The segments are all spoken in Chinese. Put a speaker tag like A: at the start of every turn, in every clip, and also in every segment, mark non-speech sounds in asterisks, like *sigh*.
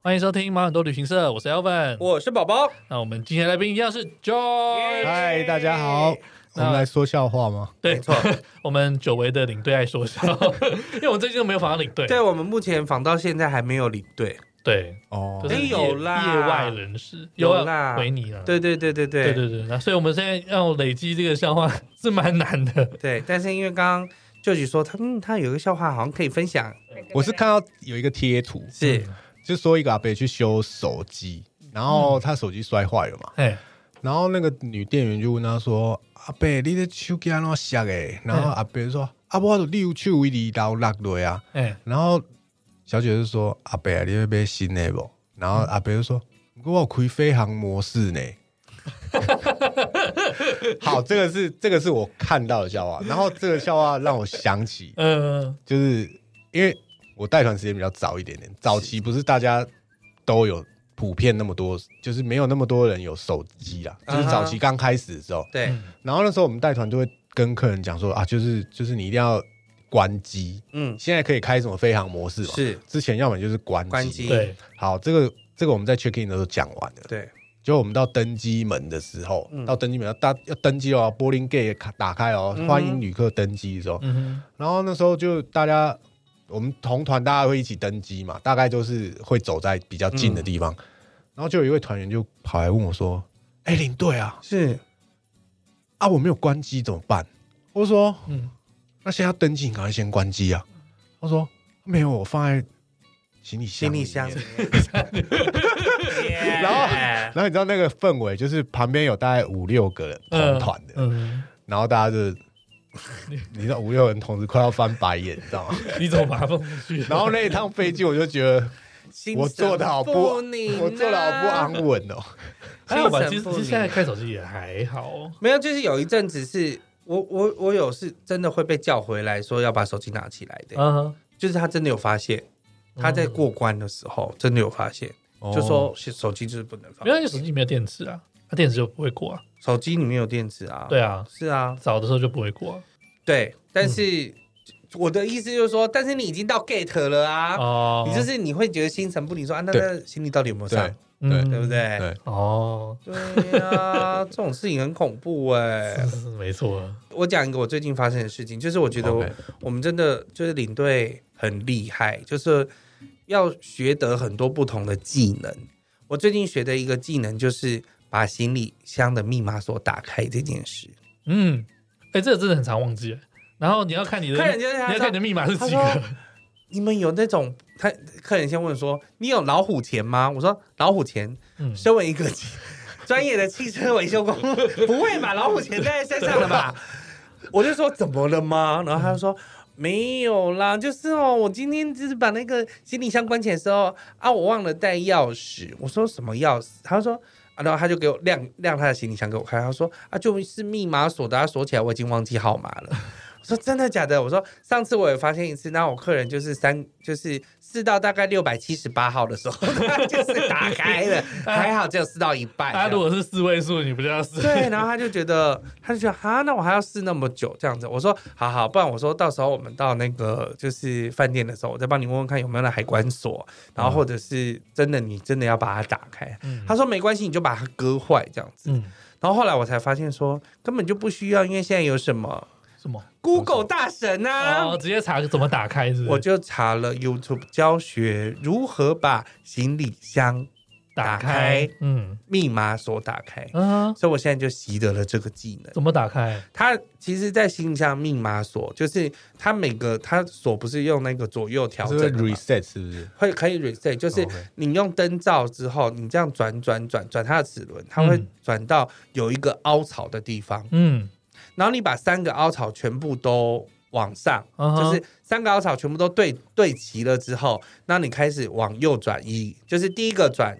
A: 欢迎收听毛很多旅行社，我是 Elvin。
B: 我是宝宝，
A: 那我们今天来宾一样是 Joy，
C: 嗨，大家好，我
A: 那
C: 们来说笑话吗？
A: 对
B: 没错，
A: *laughs* 我们久违的领队爱说笑， *laughs* 因为我们最近都没有访到领队。
B: 对我们目前访到现在还没有领队，
A: 对，
C: 哦
A: 就是
B: 哎
A: 业
B: 有啦
A: 业外人士
B: 有
A: 啊
B: 啦
A: 维尼啊，
B: 对对对对
A: 对
B: 对
A: 对对，那所以我们现在要累积这个笑话是蛮难的。
B: 对，但是因为刚刚舅舅说他嗯他有一个笑话好像可以分享，
C: 我是看到有一个贴图，
B: 是
A: 嗯
C: 就说一个阿伯去修手机，然后他手机摔坏了嘛，
A: 哎，
C: 然后那个女店员就问他说：“阿伯，你的手机安怎摔诶？”然后
A: 嗯
C: 阿伯就说：“阿伯，我就六手位二楼落落啊。
A: 哎，”
C: 然后小姐就说：“阿伯，你要买新的不？”然后阿伯就说：“我有开飞行模式呢。” *laughs* 好，这个是这个是我看到的笑话，然后这个笑话让我想起
A: 嗯，
C: 就是因为我带团时间比较早一点点，早期不是大家都有普遍那么多，就是没有那么多人有手机啦，就是早期刚开始的时候。
B: 对
C: 然后那时候我们带团就会跟客人讲说啊，就是就是你一定要关机，
B: 嗯
C: 现在可以开什么飞行模式嘛？
B: 是
C: 之前要么就是关机
B: 关机
A: 对，
C: 好，这个这个我们在 check in 的时候讲完了。
B: 对
C: 就我们到登机门的时候，
B: 嗯
C: 到登机门要大要登机哦，柏林 gate 卡打开哦，
B: 嗯哼
C: 欢迎旅客登机的时候，
A: 嗯
C: 然后那时候就大家，我们同团大家会一起登机嘛，大概就是会走在比较近的地方。
B: 嗯
C: 然后就有一位团员就跑来问我说：“哎、领队啊，
B: 是
C: 啊我没有关机怎么办？”我说
A: 哼，嗯，：“
C: 那现在要登机，你赶快先关机啊。”他说：“没有，我放在行李箱。”
B: 行李 *laughs* 箱，后
C: 然然后你知道那个氛围，就是旁边有大概五六个人同团的，
A: 嗯，
C: 然后大家就。你知道五六人同时快要翻白眼，你知道吗？
A: 你怎么把它放出
B: *laughs*
A: 去？
C: 然后那一趟飞机，我就觉得我做的好不，我做的好不安稳哦。
A: 还好吧，
B: 精神
A: 其实
B: 不
A: 其实
B: 宁
A: 现在看手机也还好。
B: 没有，就是有一阵子是我我我有是真的会被叫回来说要把手机拿起来
C: 啊
B: 的，
A: 嗯，
B: 就是他真的有发现，他
C: 哦
B: 在过关的时候真的有发现， *laughs* 就说手手机就是不能放
A: 没，有，因为手机没有电池啊，它电池就不会过啊。
B: 手机里面有电池啊，
A: 对啊，
B: 是啊，
A: 早的时候就不会过
B: 对，但是、
A: 嗯
B: 我的意思就是说，但是你已经到 gate 了
A: 啊。
B: 啊，
A: 哦，
B: 你就是你会觉得心神不宁，说啊，那那行李到底有没有上，
A: 嗯
B: 对不？对？
C: 对，
A: 哦，
B: 对啊，这种事情很恐怖哎、
A: 是是没错。
B: 我讲一个我最近发生的事情，就是我觉得我
C: OK
B: 我们真的就是领队很厉害，就是要学得很多不同的技能。我最近学的一个技能就是把行李箱的密码锁打开这件事。
A: 嗯，哎，这个真的很常忘记。然后你要看你的，
B: 客人
A: 你
B: 就是他
A: 要
B: 说
A: 看你的密码是几
B: 他说
A: 个。
B: 你们有那种他客人先问说：“你有老虎钳吗？”我说：“老虎钳，
A: 嗯，
B: 身为一个专业的汽车维修工， *laughs* 不会吧？老虎钳戴在身上了吧？” *laughs* 我就说：“怎么了吗？”然后他就说：“没有啦，就是哦，我今天就是把那个行李箱关起来的时候啊，我忘了带钥匙。”我说：“什么钥匙？”他说。啊、然后他就给我亮亮他的行李箱给我看，他说啊，就是密码锁的，他锁起来，我已经忘记号码了。我说真的假的？我说上次我也发现一次，那我客人就是三就是四到大概六百七十八号的时候， *laughs* 他就是打开
A: *laughs*
B: 了，还好只有四到一半这
A: 他
B: 样。
A: 如果是四位数，你不就要四？
B: *laughs* 对，然后他就觉得，他就觉得哈，那我还要试那么久这样子。我说好好，不然我说到时候我们到那个就是饭店的时候，我再帮你问问看有没有那海关锁，然后或者是真的你真的要把它打开。
A: 嗯
B: 他说没关系，你就把它割坏这样子。
A: *laughs* 嗯，
B: 然后后来我才发现说根本就不需要，因为现在有什么
A: 什么？
B: Google 大神啊，
A: 哦，直接查怎么打开是不是？
B: 我就查了 YouTube 教学如何把行李箱
A: 打
B: 打
A: 开
B: 开。
A: 嗯
B: 密码锁打开，
A: 啊，
B: 所以我现在就习得了这个技能。
A: 怎么打开？
B: 它其实，在行李箱密码锁，就是它每个它锁不是用那个左右调
C: 是
B: 整
C: 不是
B: 的吗
C: reset 是不是？
B: 会可以 reset，就是
A: 哦
B: 你用灯罩之后，你这样转转转转它的齿轮，它会
A: 嗯
B: 转到有一个凹槽的地方，
A: 嗯，
B: 然后你把三个凹槽全部都往上，
A: 嗯哼
B: 就是三个凹槽全部都对对齐了之后，那你开始往右转一，就是第一个转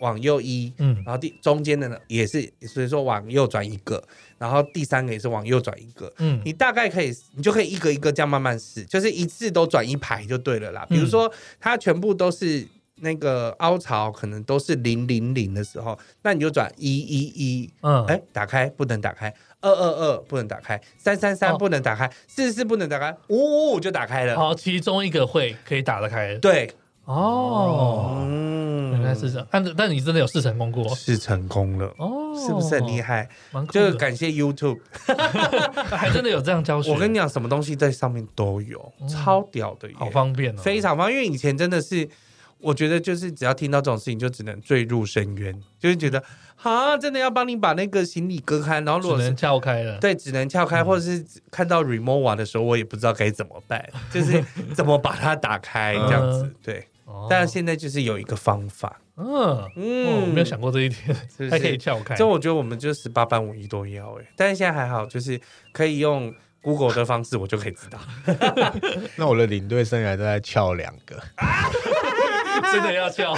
B: 往右一，
A: 嗯
B: 然后第中间的呢也是，所以说往右转一个，然后第三个也是往右转一个。
A: 嗯
B: 你大概可以，你就可以一个一个这样慢慢试，就是一次都转一排就对了啦。
A: 嗯
B: 比如说，它全部都是那个凹槽，可能都是零零零的时候，那你就转一一一，
A: 嗯，
B: 哎，打开不能打开，二二二不能打开，三三
A: 哦
B: 三不能打开，四四不能打开，五五五就打开了。
A: 好，其中一个会可以打得开。
B: 对，
A: 哦，
B: 嗯
A: 原来是这样。但但你真的有试成功过
B: 是成功了，
A: 哦？
B: 是不是很厉
A: 害？
B: 害？
A: 蛮酷
B: 就
A: 的
B: 是感谢 YouTube，
A: 还真的有这样教学，
B: 我跟你讲，什么东西在上面都有，
A: 嗯
B: 超屌的耶，
A: 好方便哦，
B: 非常方便。因为以前真的是，我觉得就是只要听到这种事情，就只能坠入深渊，就是觉得啊，真的要帮你把那个行李割开，然后如
A: 嗯只
B: 果是
A: 能嗯撬开了。
B: 对，只能撬开，或者是看到 remova 的时候，我也不知道该怎么办，就是 *laughs* 怎么把它打开这样子
A: 嗯。
B: 对，
A: 哦，
B: 但现在就是有一个方法，
A: 嗯，嗯，我
B: 嗯，
A: 没有想过这一点，
B: 是不
A: 还可以
B: 是？
A: 撬开。
B: 这我觉得我们就十八般武艺都要哎、但是现在还好，就是可以用 Google 的方式，我就可以知道，
C: 那我的领队生涯都在翘两个，
A: *laughs* 真的要撬，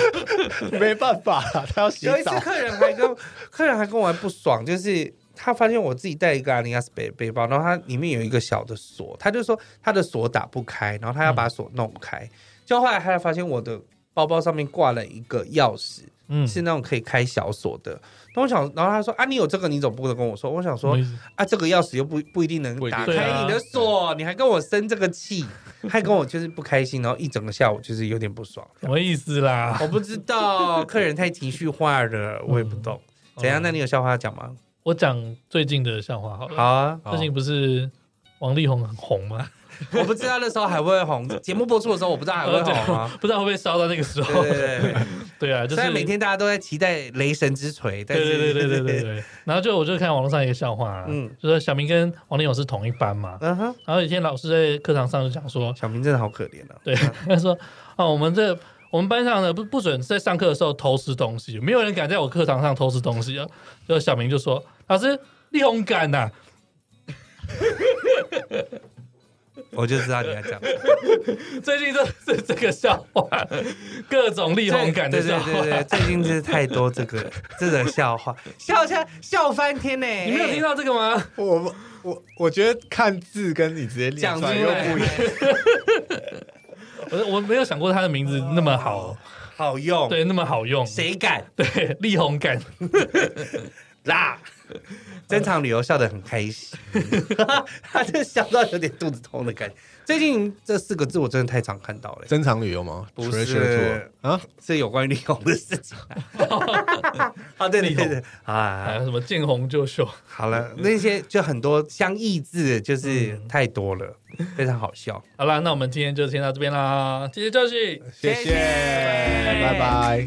C: 没办法，他要洗
B: 有一次
C: 澡。
B: 客人还跟 *laughs* 客人还跟我还不爽，就是他发现我自己带一个阿尼亚斯背背包，然后它里面有一个小的锁，他就说他的锁打不开，然后他要把锁弄开。就后来他发现我的包包上面挂了一个钥匙，
A: 嗯，
B: 是那种可以开小锁的。那我想，然后他说啊，你有这个你怎么不能跟我说？我想
A: 什么
B: 说
A: 意思？
B: 啊，这个钥匙又不不一定能
C: 不一定
B: 打
A: 对
B: 开
A: 啊
B: 你的锁，你还跟我生这个气，还跟我就是不开心，然后一整个下午就是有点不爽。
A: 什么意思啦？
B: 我不知道，客人太情绪化了，我也不懂。怎样？
A: 嗯
B: 那你有笑话要讲吗？
A: 我讲最近的笑话好了。
B: 好啊，
C: 好
A: 最近不是王力宏很红吗？ *laughs*
B: 我不知道那时候还会不会红，节目播出的时候我不知道还会红啊。
A: 不知道会不会烧到那个时
B: 对
A: 候
B: 对？对对，
A: *laughs* 对啊，就是
B: 虽然每天大家都在期待雷神之锤，但
A: 对
B: 是
A: 对对对
B: *laughs*
A: 对对，对。然后就我就看网络上一个笑话啊，
B: 嗯
A: 就说小明跟王力宏是同一班嘛，
B: 嗯哼，
A: 然后有一天老师在课堂上就讲说，
B: 小明真的好可怜啊。
A: 对，他说啊，我们这我们班上呢不不准在上课的时候偷吃东西，没有人敢在我课堂上偷吃东西啊。就小明就说，老师力宏敢呐、
B: 我就知道你要讲。
A: 最近就是这个笑话，各种力宏敢的
B: 对
A: 笑
B: 对
A: 话。
B: 对对，最近真是太多这个这个笑话，笑下笑翻天呢、
A: 你没有听到这个吗？
C: 我我我觉得看字跟你直接念
B: 讲
C: 出
B: 出
C: 来又不
B: 来 *laughs*
C: 一样。
A: 我我没有想过他的名字那么好，
B: 好用，
A: 对，那么好用。
B: 谁敢
A: 对，力宏敢。
B: *laughs* 啦？整场旅游笑得很开心， *laughs* 他这笑到有点肚子痛的感觉。最近这四个字我真的太常看到了、
C: 珍藏旅游吗？
B: 不
C: Treasure
B: 是
C: tour 啊，
B: 是有关于李红的事情。 *laughs* 啊，对对对对，
A: 还
B: *laughs* 啊，
A: 有什么见红就秀？
B: 好了，那些就很多相异字，就是太多了，非常好笑。
A: 好啦，那我们今天就先到这边啦，谢谢教训。
C: 谢
B: 谢
C: 谢，
B: 谢
C: 拜拜。